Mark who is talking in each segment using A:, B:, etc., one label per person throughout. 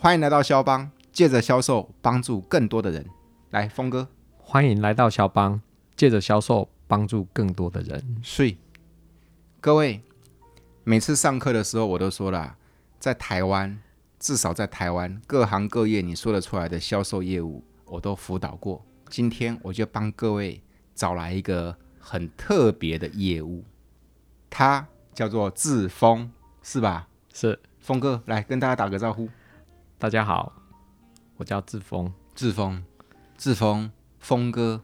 A: 欢迎来到肖邦，借着销售帮助更多的人。来，峰哥，
B: 欢迎来到肖邦，借着销售帮助更多的人。
A: 睡。各位，每次上课的时候我都说了，在台湾，至少在台湾各行各业你说得出来的销售业务，我都辅导过。今天我就帮各位找来一个很特别的业务，它叫做自封，是吧？
B: 是，
A: 峰哥，来跟大家打个招呼。
B: 大家好，我叫志峰，
A: 志峰，志峰，峰哥，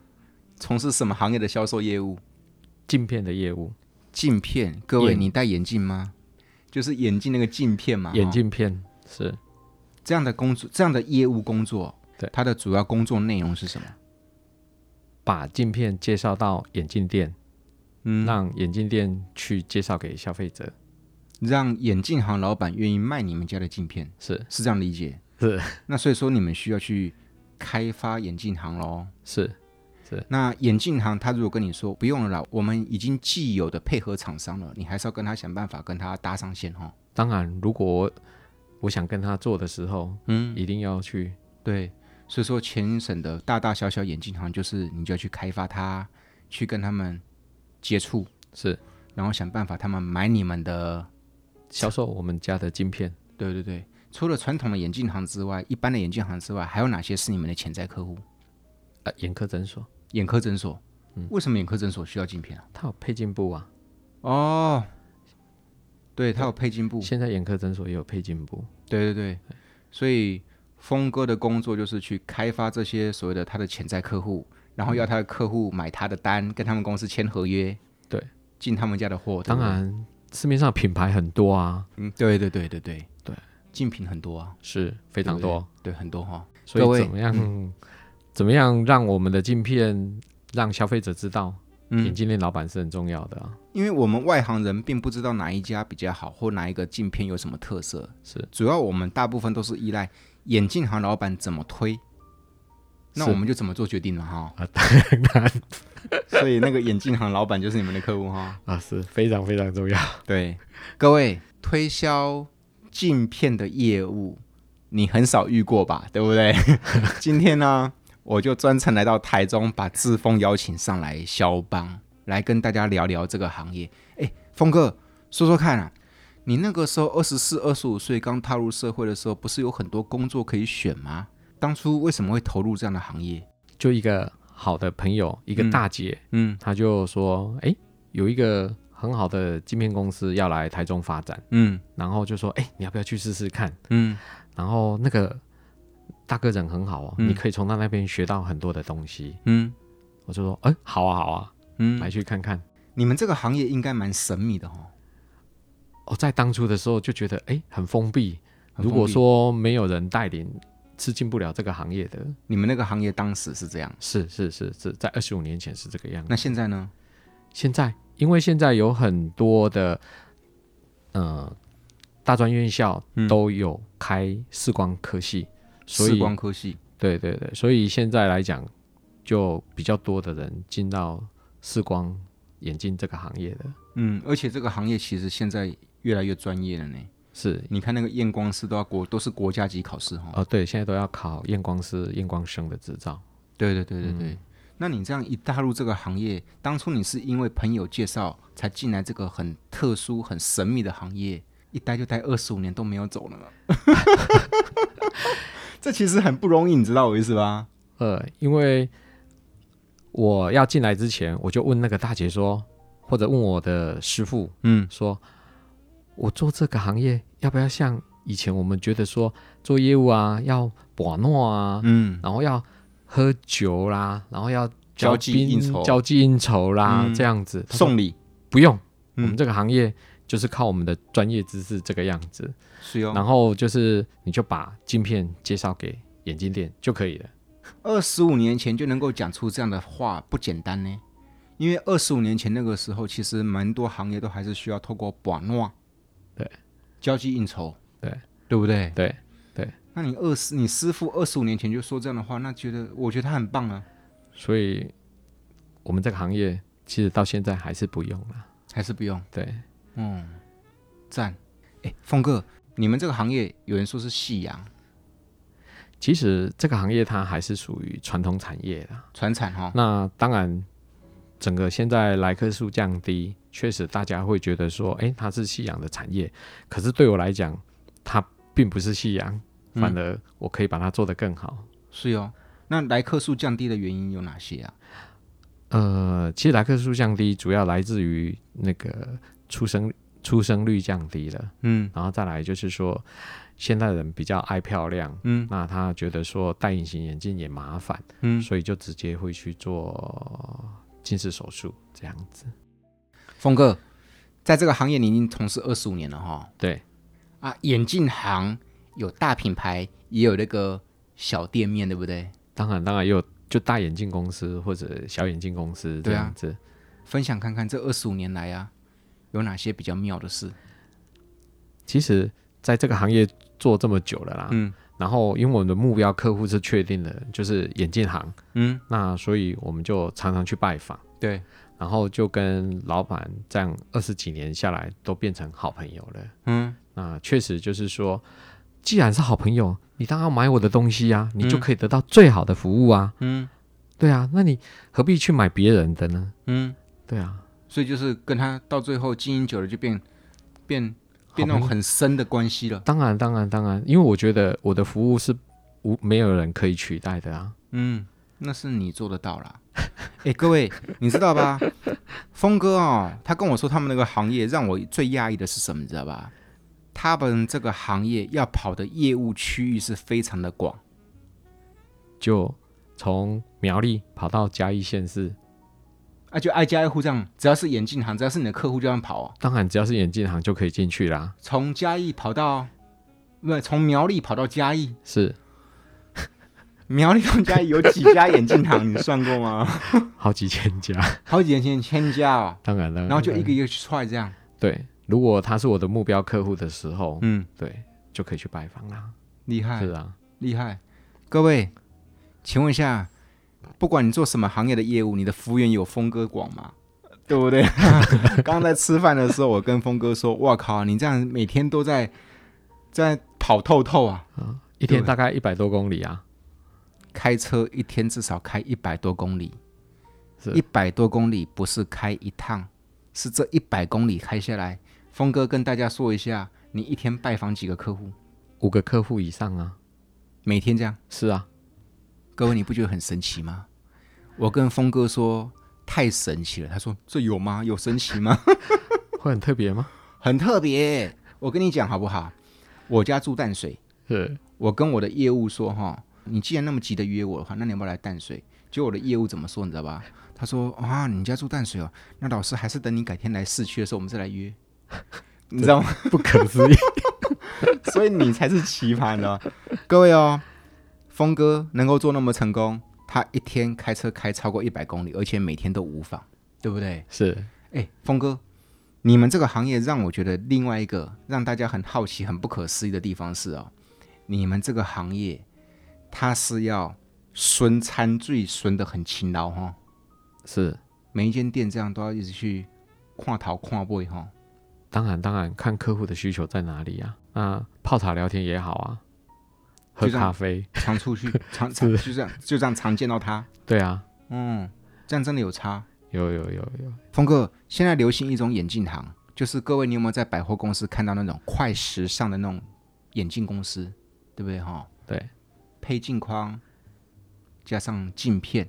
A: 从事什么行业的销售业务？
B: 镜片的业务，
A: 镜片。各位，
B: 眼
A: 你戴眼镜吗？就是眼镜那个镜片嘛。
B: 眼
A: 哦
B: 镜片是
A: 这样的工作，这样的业务工作，
B: 对
A: 它的主要工作内容是什么？
B: 把镜片介绍到眼镜店，
A: 嗯，
B: 让眼镜店去介绍给消费者。
A: 让眼镜行老板愿意卖你们家的镜片，
B: 是
A: 是这样理解？
B: 是。
A: 那所以说，你们需要去开发眼镜行喽。
B: 是
A: 那眼镜行他如果跟你说不用了啦，我们已经既有的配合厂商了，你还是要跟他想办法跟他搭上线哦。
B: 当然，如果我我想跟他做的时候，
A: 嗯，
B: 一定要去
A: 对，所以说全省的大大小小眼镜行，就是你就要去开发它，去跟他们接触，
B: 是
A: 然后想办法他们买你们的。
B: 销售我们家的镜片。
A: 对对对，除了传统的眼镜行之外，一般的眼镜行之外，还有哪些是你们的潜在客户？
B: 呃，眼科诊所
A: 眼科诊所，为什么眼科诊所需要镜片啊？
B: 它有配镜部啊，
A: 哦，对，它有配镜部。
B: 现在眼科诊所也有配镜部。
A: 对对对，所以峰哥的工作就是去开发这些所谓的他的潜在客户，然后要他的客户买他的单，跟他们公司签合约，
B: 对，
A: 进他们家的货。对
B: 当
A: 不对，
B: 然，市面上品牌很多啊，
A: 嗯，对对对对对
B: 对，
A: 竞品很多啊，
B: 是非常多。
A: 对，很多哈。
B: 所
A: 各
B: 以
A: 位
B: 怎么样、怎么样让我们的镜片让消费者知道，眼
A: 嗯，
B: 镜店老板是很重要的啊。
A: 因为我们外行人并不知道哪一家比较好，或哪一个镜片有什么特色，
B: 是
A: 主要我们大部分都是依赖眼镜行老板怎么推，那
B: 是
A: 我们就怎么做决定了哈。
B: 啊，当然
A: 所以那个眼镜行老板就是你们的客户哈。
B: 啊，是非常非常重要。
A: 对，各位推销镜片的业务，你很少遇过吧？对不对？ 今天呢，我就专程来到台中，把志峰邀请上来肖邦，来跟大家聊聊这个行业。哎，峰哥，说说看啊，你那个时候二十四、二十五岁刚踏入社会的时候，不是有很多工作可以选吗？当初为什么会投入这样的行业？
B: 就一个好的朋友，一个
A: 嗯
B: 大姐，
A: 嗯
B: 她就说，哎，有一个很好的镜片公司要来台中发展，
A: 嗯
B: 然后就说，哎，你要不要去试试看？
A: 嗯，
B: 然后那个大哥人很好哦，
A: 嗯
B: 你可以从他那边学到很多的东西。
A: 嗯
B: 我就说，哎，好啊，好啊，来
A: 嗯，
B: 去看看。
A: 你们这个行业应该蛮神秘的哦。
B: 我、在当初的时候就觉得，哎，很封闭。
A: 很
B: 如果
A: 封闭
B: 说没有人带领，是进不了这个行业的。
A: 你们那个行业当时是这样，
B: 是是是是，在二十五年前是这个样子。
A: 那现在呢？
B: 现在，因为现在有很多的，呃，大专院校
A: 嗯
B: 都有开视光科系，所
A: 视
B: 以
A: 光科系，
B: 对对对，所以现在来讲，就比较多的人进到视光眼镜这个行业的。
A: 嗯，而且这个行业其实现在越来越专业了呢。
B: 是
A: 你看那个验光师都要国都是国家级考试哈、
B: 哦，对，现在都要考验光师、验光生的执照。
A: 对对对对对。嗯那你这样一踏入这个行业，当初你是因为朋友介绍才进来这个很特殊、很神秘的行业，一待就待二十五年都没有走了呢。 这其实很不容易，你知道我意思吧？
B: 呃，因为我要进来之前，我就问那个大姐说，或者问我的师傅
A: 嗯
B: 说，我做这个行业要不要像以前我们觉得说做业务啊，要把诺啊，
A: 嗯，
B: 然后要喝酒啦，然后要
A: 交际
B: 宾
A: 应酬
B: 交际应酬啦，
A: 嗯
B: 这样子。她说
A: 送礼
B: 不用，
A: 嗯
B: 我们这个行业就是靠我们的专业知识这个样子，
A: 是哦哟、
B: 然后就是你就把镜片介绍给眼镜店就可以了。
A: 二十五年前就能够讲出这样的话，不简单呢。因为二十五年前那个时候，其实蛮多行业都还是需要透过把诺，
B: 对，
A: 交际应酬，
B: 对，
A: 对不对？
B: 对，
A: 那你二十，你师傅二十五年前就说这样的话，那觉得我觉得他很棒啊，
B: 所以我们这个行业其实到现在还是不用啦。
A: 还是不用，
B: 对，
A: 嗯，赞。哎，峰哥，你们这个行业有人说是夕阳，
B: 其实这个行业它还是属于传统产业啦。
A: 传产哈，
B: 那当然，整个现在来客数降低，确实大家会觉得说，诶，它是夕阳的产业。可是对我来讲，它并不是夕阳，
A: 嗯
B: 反而我可以把它做得更好。
A: 是哦。那来客数降低的原因有哪些啊？
B: 呃，其实来客数降低，主要来自于那个出生出生率降低了，
A: 嗯
B: 然后再来就是说，现代人比较爱漂亮，
A: 嗯
B: 那他觉得说戴隐形眼镜也麻烦，
A: 嗯，
B: 所以就直接会去做近视手术这样子。
A: 峰哥，在这个行业你已经从事二十五年了哈
B: 对，
A: 啊，眼镜行有大品牌，也有那个小店面，对不对？
B: 当然当然也有就大眼镜公司或者小眼镜公司这
A: 对啊
B: 样子。
A: 分享看看这二十五年来啊，有哪些比较妙的事？
B: 其实在这个行业做这么久了啦，
A: 嗯
B: 然后因为我们的目标客户是确定的，就是眼镜行，
A: 嗯，
B: 那所以我们就常常去拜访。
A: 对，
B: 然后就跟老板这样二十几年下来都变成好朋友了。
A: 嗯
B: 那确实就是说，既然是好朋友，你当然要买我的东西啊，你就
A: 嗯
B: 可以得到最好的服务啊。
A: 嗯
B: 对啊，那你何必去买别人的呢？
A: 嗯，
B: 对啊，
A: 所以就是跟他到最后经营久了，就变变变那
B: 好
A: 种
B: 朋友
A: 很深的关系了。
B: 当然，当然，当然，因为我觉得我的服务是无没有人可以取代的啊。
A: 嗯，那是你做得到啦。 哎、各位，你知道吧？ 峰哥哦，他跟我说他们那个行业让我最讶异的是什么，你知道吧？他们这个行业要跑的业务区域是非常的广，
B: 就从苗栗跑到嘉义县市，
A: 啊，就挨家挨户这样，只要是眼镜行，只要是你的客户就这样跑、哦，
B: 当然只要是眼镜行就可以进去啦。
A: 从嘉义跑到，不，从苗栗跑到嘉义，
B: 是
A: 苗栗到嘉义有几家眼镜行？你算过吗？
B: 好几千家，
A: 好几年前千家哦，
B: 当然了。
A: 然后就一个一个去踹这样。
B: 对，如果他是我的目标客户的时候，
A: 嗯，
B: 对，就可以去拜访啦。
A: 厉害
B: 是。啊，
A: 厉害！各位，请问一下，不管你做什么行业的业务，你的服务员有峰哥广吗？ 对不对？刚刚在吃饭的时候，我跟峰哥说：“哇靠，你这样每天都在在跑透透啊！
B: 一天
A: 对
B: 大概一百多公里啊，
A: 开车一天至少开一百多公里，
B: 是
A: 一百多公里不是开一趟，是这一百公里开下来。”峰哥跟大家说一下，你一天拜访几个客户？
B: 五个客户以上啊。
A: 每天这样。
B: 是啊，
A: 各位，你不觉得很神奇 吗？我跟峰哥说太神奇了，他说这有吗？有神奇吗？
B: 会很特别吗？
A: 很特别。 我跟你讲好不好？我家住淡水，
B: 是
A: 我跟我的业务说哈，你既然那么急的约我的话，那你要不要来淡水？结果我的业务怎么说，你知道吧？他说啊，你家住淡水哦，那老师还是等你改天来市区的时候，我们再来约。你知道吗？
B: 不可思议。
A: 所以你才是奇葩，你知道吗？各位哦，峰哥能够做那么成功，他一天开车开超过一百公里，而且每天都无妨，对不对？
B: 是
A: 哎，峰哥，你们这个行业让我觉得另外一个让大家很好奇、很不可思议的地方是哦，你们这个行业它是要损餐最损的很勤劳哈、哦，
B: 是，
A: 每一间店这样都要一直去跨淘跨背哈、哦。
B: 当然当然，看客户的需求在哪里啊。那泡茶聊天也好啊，喝
A: 就这样
B: 咖啡，
A: 常出去，常常就这样就这样常见到他，
B: 对啊，
A: 嗯，这样真的有差。
B: 有有有有，
A: 峰哥，现在流行一种眼镜行，就是各位，你有没有在百货公司看到那种快时尚的那种眼镜公司，对不对哈？
B: 对，
A: 配镜框加上镜片，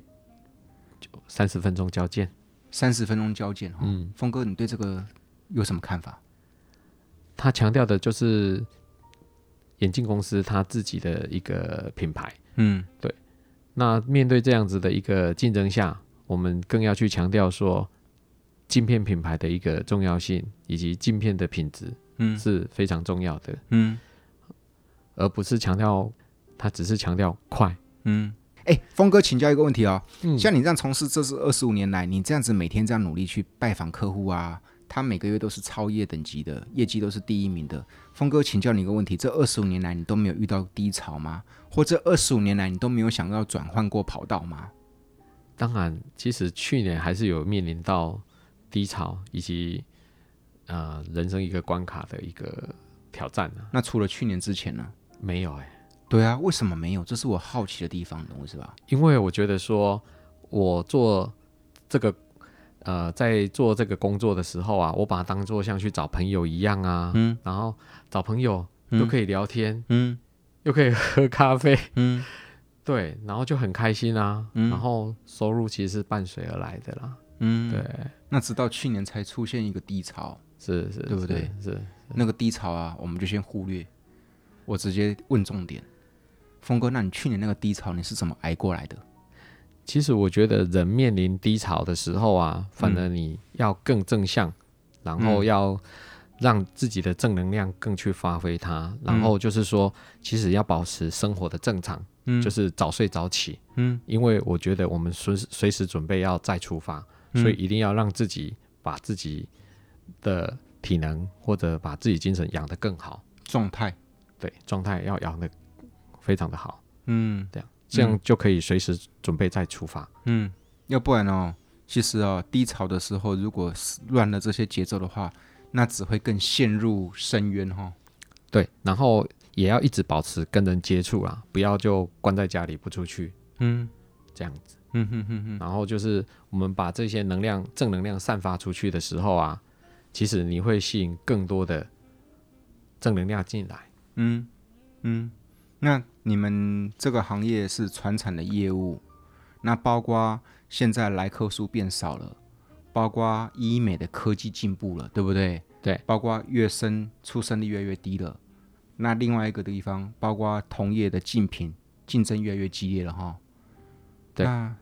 B: 三十分钟交件。
A: 三十分钟交件哈。
B: 嗯，
A: 峰哥，你对这个有什么看法？
B: 他强调的就是眼镜公司他自己的一个品牌。
A: 嗯
B: 那面对这样子的一个竞争下，我们更要去强调说，镜片品牌的一个重要性以及镜片的品质
A: 嗯
B: 是非常重要的，
A: 嗯
B: 而不是强调它只是强调快。
A: 嗯。哎、峰哥，请教一个问题哦。
B: 嗯
A: 像你这样从事这是二十五年来，你这样子每天这样努力去拜访客户啊，他每个月都是超业等级的，业绩都是第一名的。峰哥，请教你一个问题：这二十五年来，你都没有遇到低潮吗？或者二十五年来，你都没有想要转换过跑道吗？
B: 嗯当然，其实去年还是有面临到低潮以及呃人生一个关卡的一个挑战啊。
A: 那除了去年之前呢？
B: 没有哎、
A: 对啊，为什么没有？这是我好奇的地方，懂我意思吧？
B: 因为我觉得说，我做这个呃，在做这个工作的时候啊，我把它当做像去找朋友一样啊，
A: 嗯
B: 然后找朋友
A: 嗯
B: 又可以聊天，
A: 嗯
B: 又可以喝咖啡，
A: 嗯，
B: 对，然后就很开心啊，
A: 嗯
B: 然后收入其实是伴随而来的啦，
A: 嗯，
B: 对，，
A: 那直到去年才出现一个低潮，
B: 是是，
A: 对不对
B: 是？是
A: 那个低潮啊，我们就先忽略。我直接问重点，峰哥，那你去年那个低潮你是怎么挨过来的？
B: 其实我觉得人面临低潮的时候
A: 嗯
B: 啊，反而你要更正向，然后要让自己的正能量更去发挥它，然后就是说，其实要保持生活的正常，
A: 嗯
B: 就是早睡早起，
A: 嗯，
B: 因为我觉得我们随时随时准备要再出发，
A: 嗯
B: 所以一定要让自己把自己的体能或者把自己精神养得更好，
A: 状态，
B: 对，状态要养得非常的好，
A: 嗯
B: 这样就可以随时准备再出发。
A: 嗯，要不然哦，其实哦，低潮的时候如果是乱了这些节奏的话，那只会更陷入深渊哈、哦。
B: 对，然后也要一直保持跟人接触啦，不要就关在家里不出去
A: 嗯
B: 这样子。
A: 嗯哼哼哼，
B: 然后就是我们把这些能量、正能量散发出去的时候啊，其实你会吸引更多的正能量进来。
A: 嗯嗯，那你们这个行业是传产的业务，那包括现在来客数变少了，包括医美的科技进步了，对不对？
B: 对，
A: 包括月生出生率越来越低了。那另外一个地方，包括同业的竞品竞争越来越激烈了哈。
B: 对
A: 那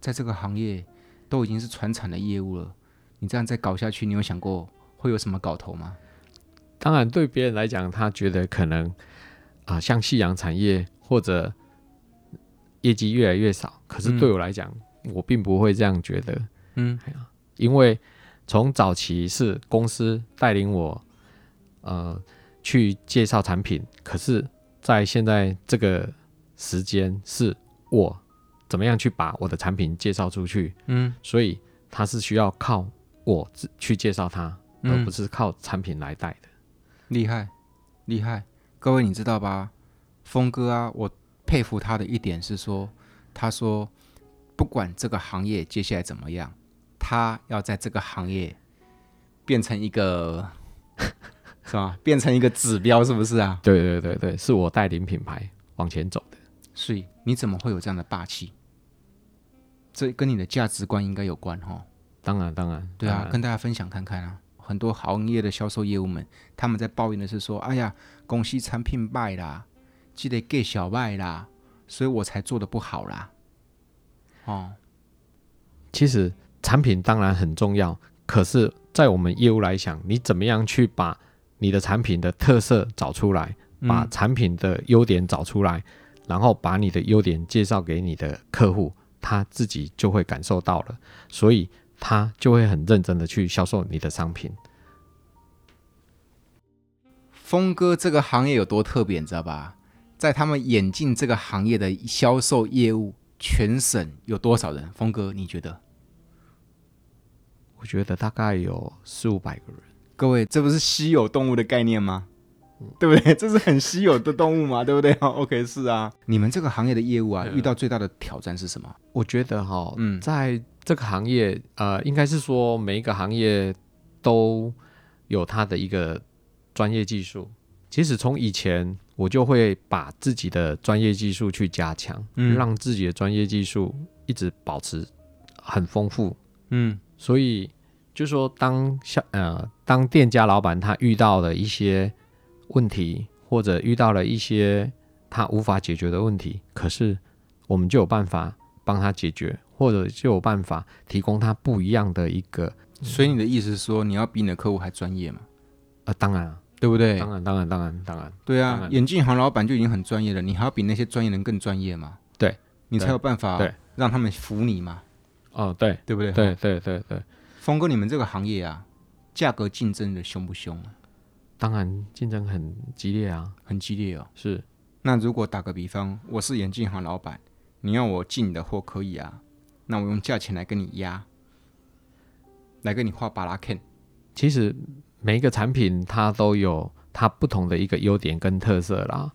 A: 在这个行业都已经是传产的业务了，你这样再搞下去，你有想过会有什么搞头吗？
B: 当然，对别人来讲，他觉得可能啊、像夕阳产业或者业绩越来越少，可是对我来讲，我并不会这样觉得。
A: 嗯
B: 因为从早期是公司带领我，呃，去介绍产品，可是，在现在这个时间是我怎么样去把我的产品介绍出去，
A: 嗯
B: 所以它是需要靠我自去介绍它，
A: 嗯
B: 而不是靠产品来带的。
A: 厉害，厉害！各位你知道吧？峰哥啊，我佩服他的一点是说，他说不管这个行业接下来怎么样，他要在这个行业变成一个 是吧？变成一个指标，是不是啊？
B: 对对对对，是我带领品牌往前走的。
A: 所以你怎么会有这样的霸气？这跟你的价值观应该有关哦。
B: 当然当然，
A: 对啊，
B: 当然
A: 跟大家分享看看啊。很多行业的销售业务们，他们在抱怨的是说：“哎呀，公司产品卖啦，记得给小卖啦，所以我才做的不好啦。”哦，
B: 其实产品当然很重要，可是，在我们业务来讲，你怎么样去把你的产品的特色找出来，
A: 嗯
B: 把产品的优点找出来，然后把你的优点介绍给你的客户，他自己就会感受到了，所以他就会很认真的去销售你的商品。
A: 峰哥这个行业有多特别，你知道吧？在他们眼镜这个行业的销售业务，全省有多少人？峰哥，你觉得？
B: 我觉得大概有四五百个人，
A: 各位，这不是稀有动物的概念吗？对不对？ 这是很稀有的动物嘛，对不对、o k 是啊。你们这个行业的业务啊，遇到最大的挑战是什么？
B: 我觉得哈，
A: 嗯
B: 在这个行业，呃，应该是说每一个行业都有它的一个专业技术。其实从以前我就会把自己的专业技术去加强，
A: 嗯
B: 让自己的专业技术一直保持很丰富。
A: 嗯
B: 所以就说当下呃，当店家老板他遇到了一些问题，或者遇到了一些他无法解决的问题，可是我们就有办法帮他解决，或者就有办法提供他不一样的一个
A: 所以你的意思是说，你要比你的客户还专业嘛？
B: 呃，当然啊，
A: 对不对
B: 当？然，当然，当然，当然，
A: 对
B: 当
A: 啊，
B: 然
A: 眼镜行老板就已经很专业了，你还要比那些专业人更专业嘛？
B: 对，
A: 你才有办法
B: 对
A: 让他们服你嘛，
B: 哦，对，
A: 对不对？，
B: 对，对，对，对，
A: 峰哥，你们这个行业啊，价格竞争的凶不凶啊？
B: 当然竞争很激烈啊，
A: 很激烈哦。
B: 是
A: 那如果打个比方，我是眼镜行老板，你要我进你的货可以啊，那我用价钱来跟你压，来跟你画巴拉 K。
B: 其实每一个产品它都有它不同的一个优点跟特色啦。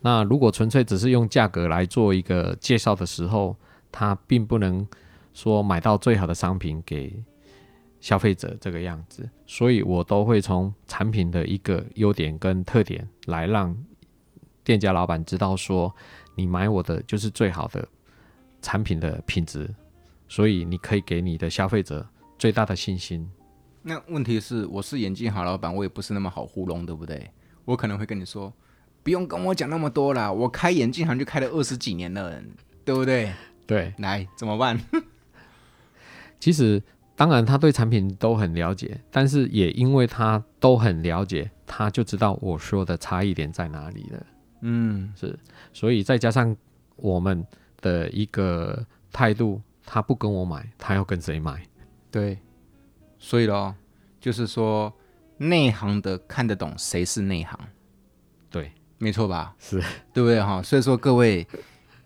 B: 那如果纯粹只是用价格来做一个介绍的时候，它并不能说买到最好的商品给消费者这个样子，所以我都会从产品的一个优点跟特点来让店家老板知道说，你买我的就是最好的产品的品质，所以你可以给你的消费者最大的信心。
A: 那问题是，我是眼镜好老板，我也不是那么好糊弄，对不对？我可能会跟你说，不用跟我讲那么多啦，我开眼镜行就开了二十几年了，对不对？
B: 对，
A: 来，怎么办？
B: 其实当然他对产品都很了解，但是也因为他都很了解，他就知道我说的差异点在哪里了。
A: 嗯，
B: 所以再加上我们的一个态度，他不跟我买，他要跟谁买？
A: 对。所以咯，就是说，内行的看得懂谁是内行，
B: 对，
A: 没错吧？
B: 是，
A: 对不对哈？所以说各位，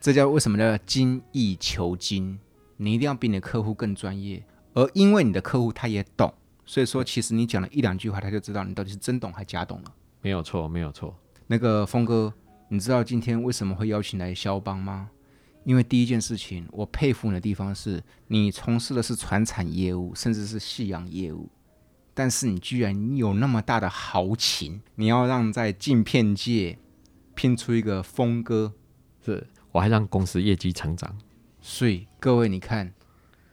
A: 这叫为什么叫精益求精？你一定要比你的客户更专业，而因为你的客户他也懂，所以说其实你讲了一两句话，他就知道你到底是真懂还假懂了。
B: 没有错，没有错。
A: 那个峰哥，你知道今天为什么会邀请来肖邦吗？因为第一件事情，我佩服你的地方是你从事的是船产业务，甚至是夕阳业务，但是你居然有那么大的豪情，你要让在镜片界拼出一个峰哥，
B: 是，我还让公司业绩成长。
A: 所以各位，你看，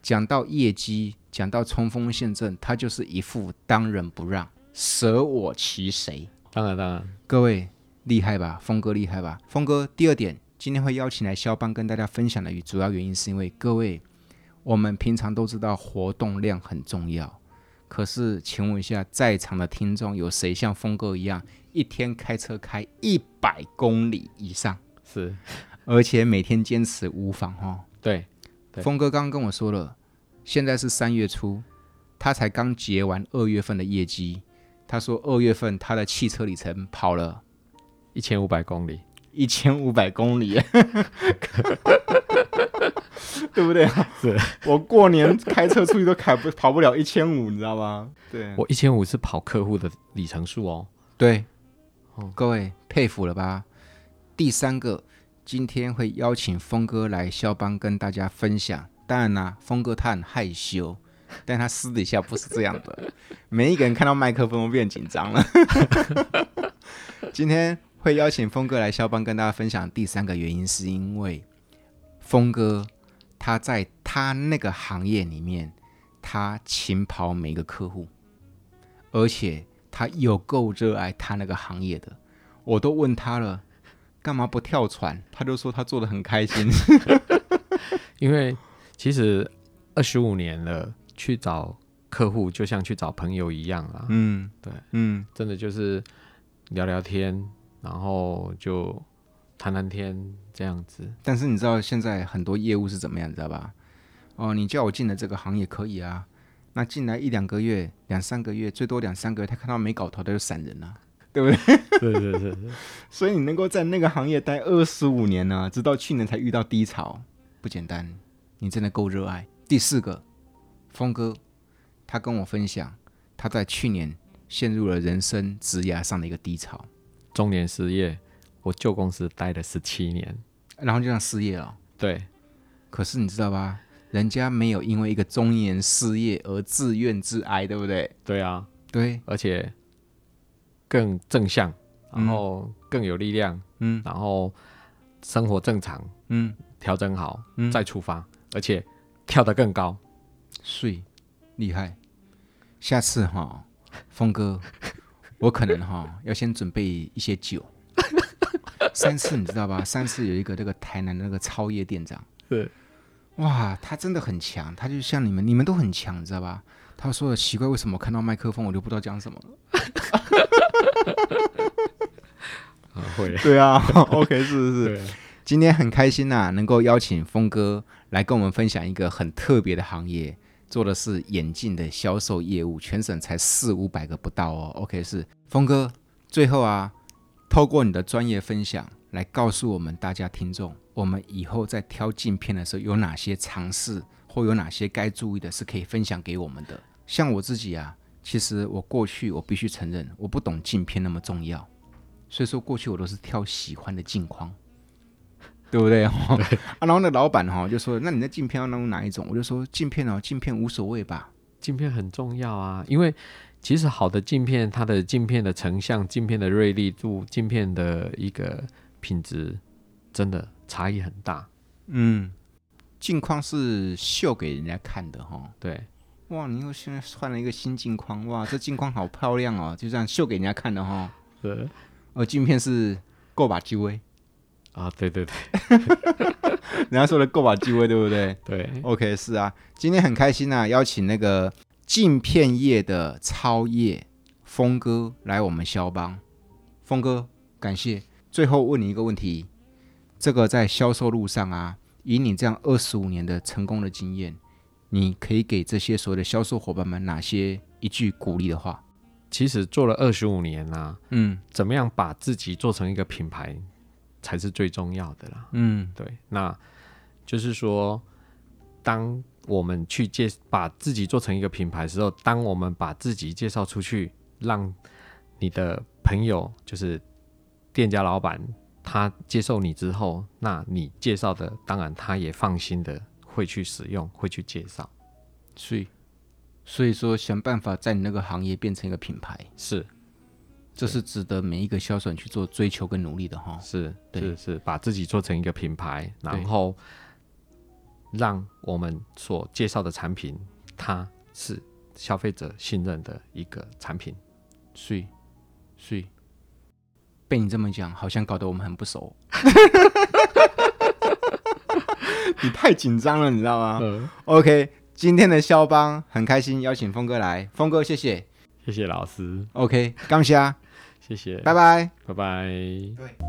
A: 讲到业绩，讲到冲锋陷阵，他就是一副当仁不让，舍我其谁。
B: 当然，当然，
A: 各位厉害吧，峰哥厉害吧，峰哥。第二点，今天会邀请来肖邦跟大家分享的主要原因，是因为各位，我们平常都知道活动量很重要，可是请问一下，在场的听众有谁像峰哥一样，一天开车开一百公里以上，
B: 是
A: 而且每天坚持无妨哦？
B: 对，对
A: 峰哥刚刚跟我说了，现在是三月初，他才刚结完二月份的业绩。他说二月份他的汽车里程跑了
B: 一千五百公里。
A: 一千五百公里，对不对？
B: 是
A: 我过年开车出去都开不跑不了一千五，你知道吗？对
B: 我一千五是跑客户的里程数哦。
A: 对
B: 哦，
A: 各位佩服了吧？第三个，今天会邀请峰哥来肖邦跟大家分享。当然啦、峰哥他很害羞， 但他私底下不是这样的。 每一个人看到麦克风都变紧张了。 今天会邀请峰哥来肖邦跟大家分享第三个原因，是因为峰哥他在他那个行业里面，他勤跑每个客户，而且他有够热爱他那个行业的。我都问他了，干嘛不跳船？他就说他做的很开心。
B: 因为其实二十五年了，去找客户就像去找朋友一样啊啦，
A: 嗯，
B: 对，
A: 嗯，
B: 真的就是聊聊天，然后就谈谈天这样子。
A: 但是你知道现在很多业务是怎么样，你知道吧？哦，你叫我进了这个行业可以啊，那进来一两个月、两三个月，最多两三个月，他看到没搞头他就闪人了、对不对？
B: 对对对对，
A: 所以你能够在那个行业待二十五年呢、直到去年才遇到低潮，不简单。你真的够热爱。第四个，峰哥，他跟我分享，他在去年陷入了人生职涯上的一个低潮，
B: 中年失业，我旧公司待了十七年。
A: 然后就让失业了。
B: 对，
A: 可是你知道吧？人家没有因为一个中年失业而自怨自哀，对不对？
B: 对啊，
A: 对，
B: 而且更正向，
A: 嗯
B: 然后更有力量，
A: 嗯
B: 然后生活正常，
A: 嗯，
B: 调整好、
A: 嗯
B: 再出发，而且跳得更高。
A: 睡，厉害。下次哈、峰哥，我可能哈、要先准备一些酒。 三次你知道吧？三次有一个那个台南的那个超业店长，
B: 对，
A: 哇，他真的很强，他就像你们，你们都很强，你知道吧？他说奇怪，为什么看到麦克风我就不知道讲什么了？
B: 啊、 会。
A: 对啊，OK，是是
B: 对，啊
A: 今天很开心呐、啊能够邀请峰哥来跟我们分享一个很特别的行业，做的是眼镜的销售业务，全省才四五百个不到哦。OK，是峰哥，最后啊，透过你的专业分享来告诉我们大家听众，我们以后在挑镜片的时候有哪些尝试，或有哪些该注意的，是可以分享给我们的。像我自己啊，其实我过去我必须承认，我不懂镜片那么重要。所以说过去我都是挑喜欢的镜框，对不对？哦啊，然后那老板哈、就说：“那你的镜片要弄哪一种？”我就说：“镜片哦，镜片无所谓吧。
B: 镜片很重要啊，因为其实好的镜片，它的镜片的成像、镜片的锐利度、镜片的一个品质，真的差异很大。”
A: 嗯，镜框是秀给人家看的哈、
B: 对，
A: 哇，你又现在换了一个新镜框，哇，这镜框好漂亮哦，就这样秀给人家看的哈、哦。
B: 呃，
A: 而镜片是够把机位，
B: 啊，对对对
A: 人家说的够把机位，对不对？
B: 对，
A: OK，是啊，今天很开心啊，邀请那个镜片业的超业峰哥来我们肖邦，峰哥感谢。最后问你一个问题，这个在销售路上啊，以你这样二十五年的成功的经验，你可以给这些所有的销售伙伴们哪些一句鼓励的话？
B: 其实做了二十五年啦、
A: 嗯
B: 怎么样把自己做成一个品牌，才是最重要的啦。
A: 嗯
B: 对，那就是说，当我们去介把自己做成一个品牌的时候，当我们把自己介绍出去，让你的朋友，就是店家老板，他接受你之后，那你介绍的，当然他也放心的会去使用，会去介绍。
A: 所以所以说想办法在你那个行业变成一个品牌，
B: 是
A: 这是值得每一个销售人去做追求跟努力的哈。
B: 是
A: 对
B: 是是，把自己做成一个品牌，然
A: 对
B: 后让我们所介绍的产品，它是消费者信任的一个产品。
A: 睡睡，被你这么讲，好像搞得我们很不熟。 你太紧张了，你知道吗、o k 今天的肖邦很开心邀请峰哥来，峰哥谢谢。
B: 谢谢老师，
A: OK，刚下，啊
B: 谢谢，
A: 拜拜。
B: 拜拜。
A: 对。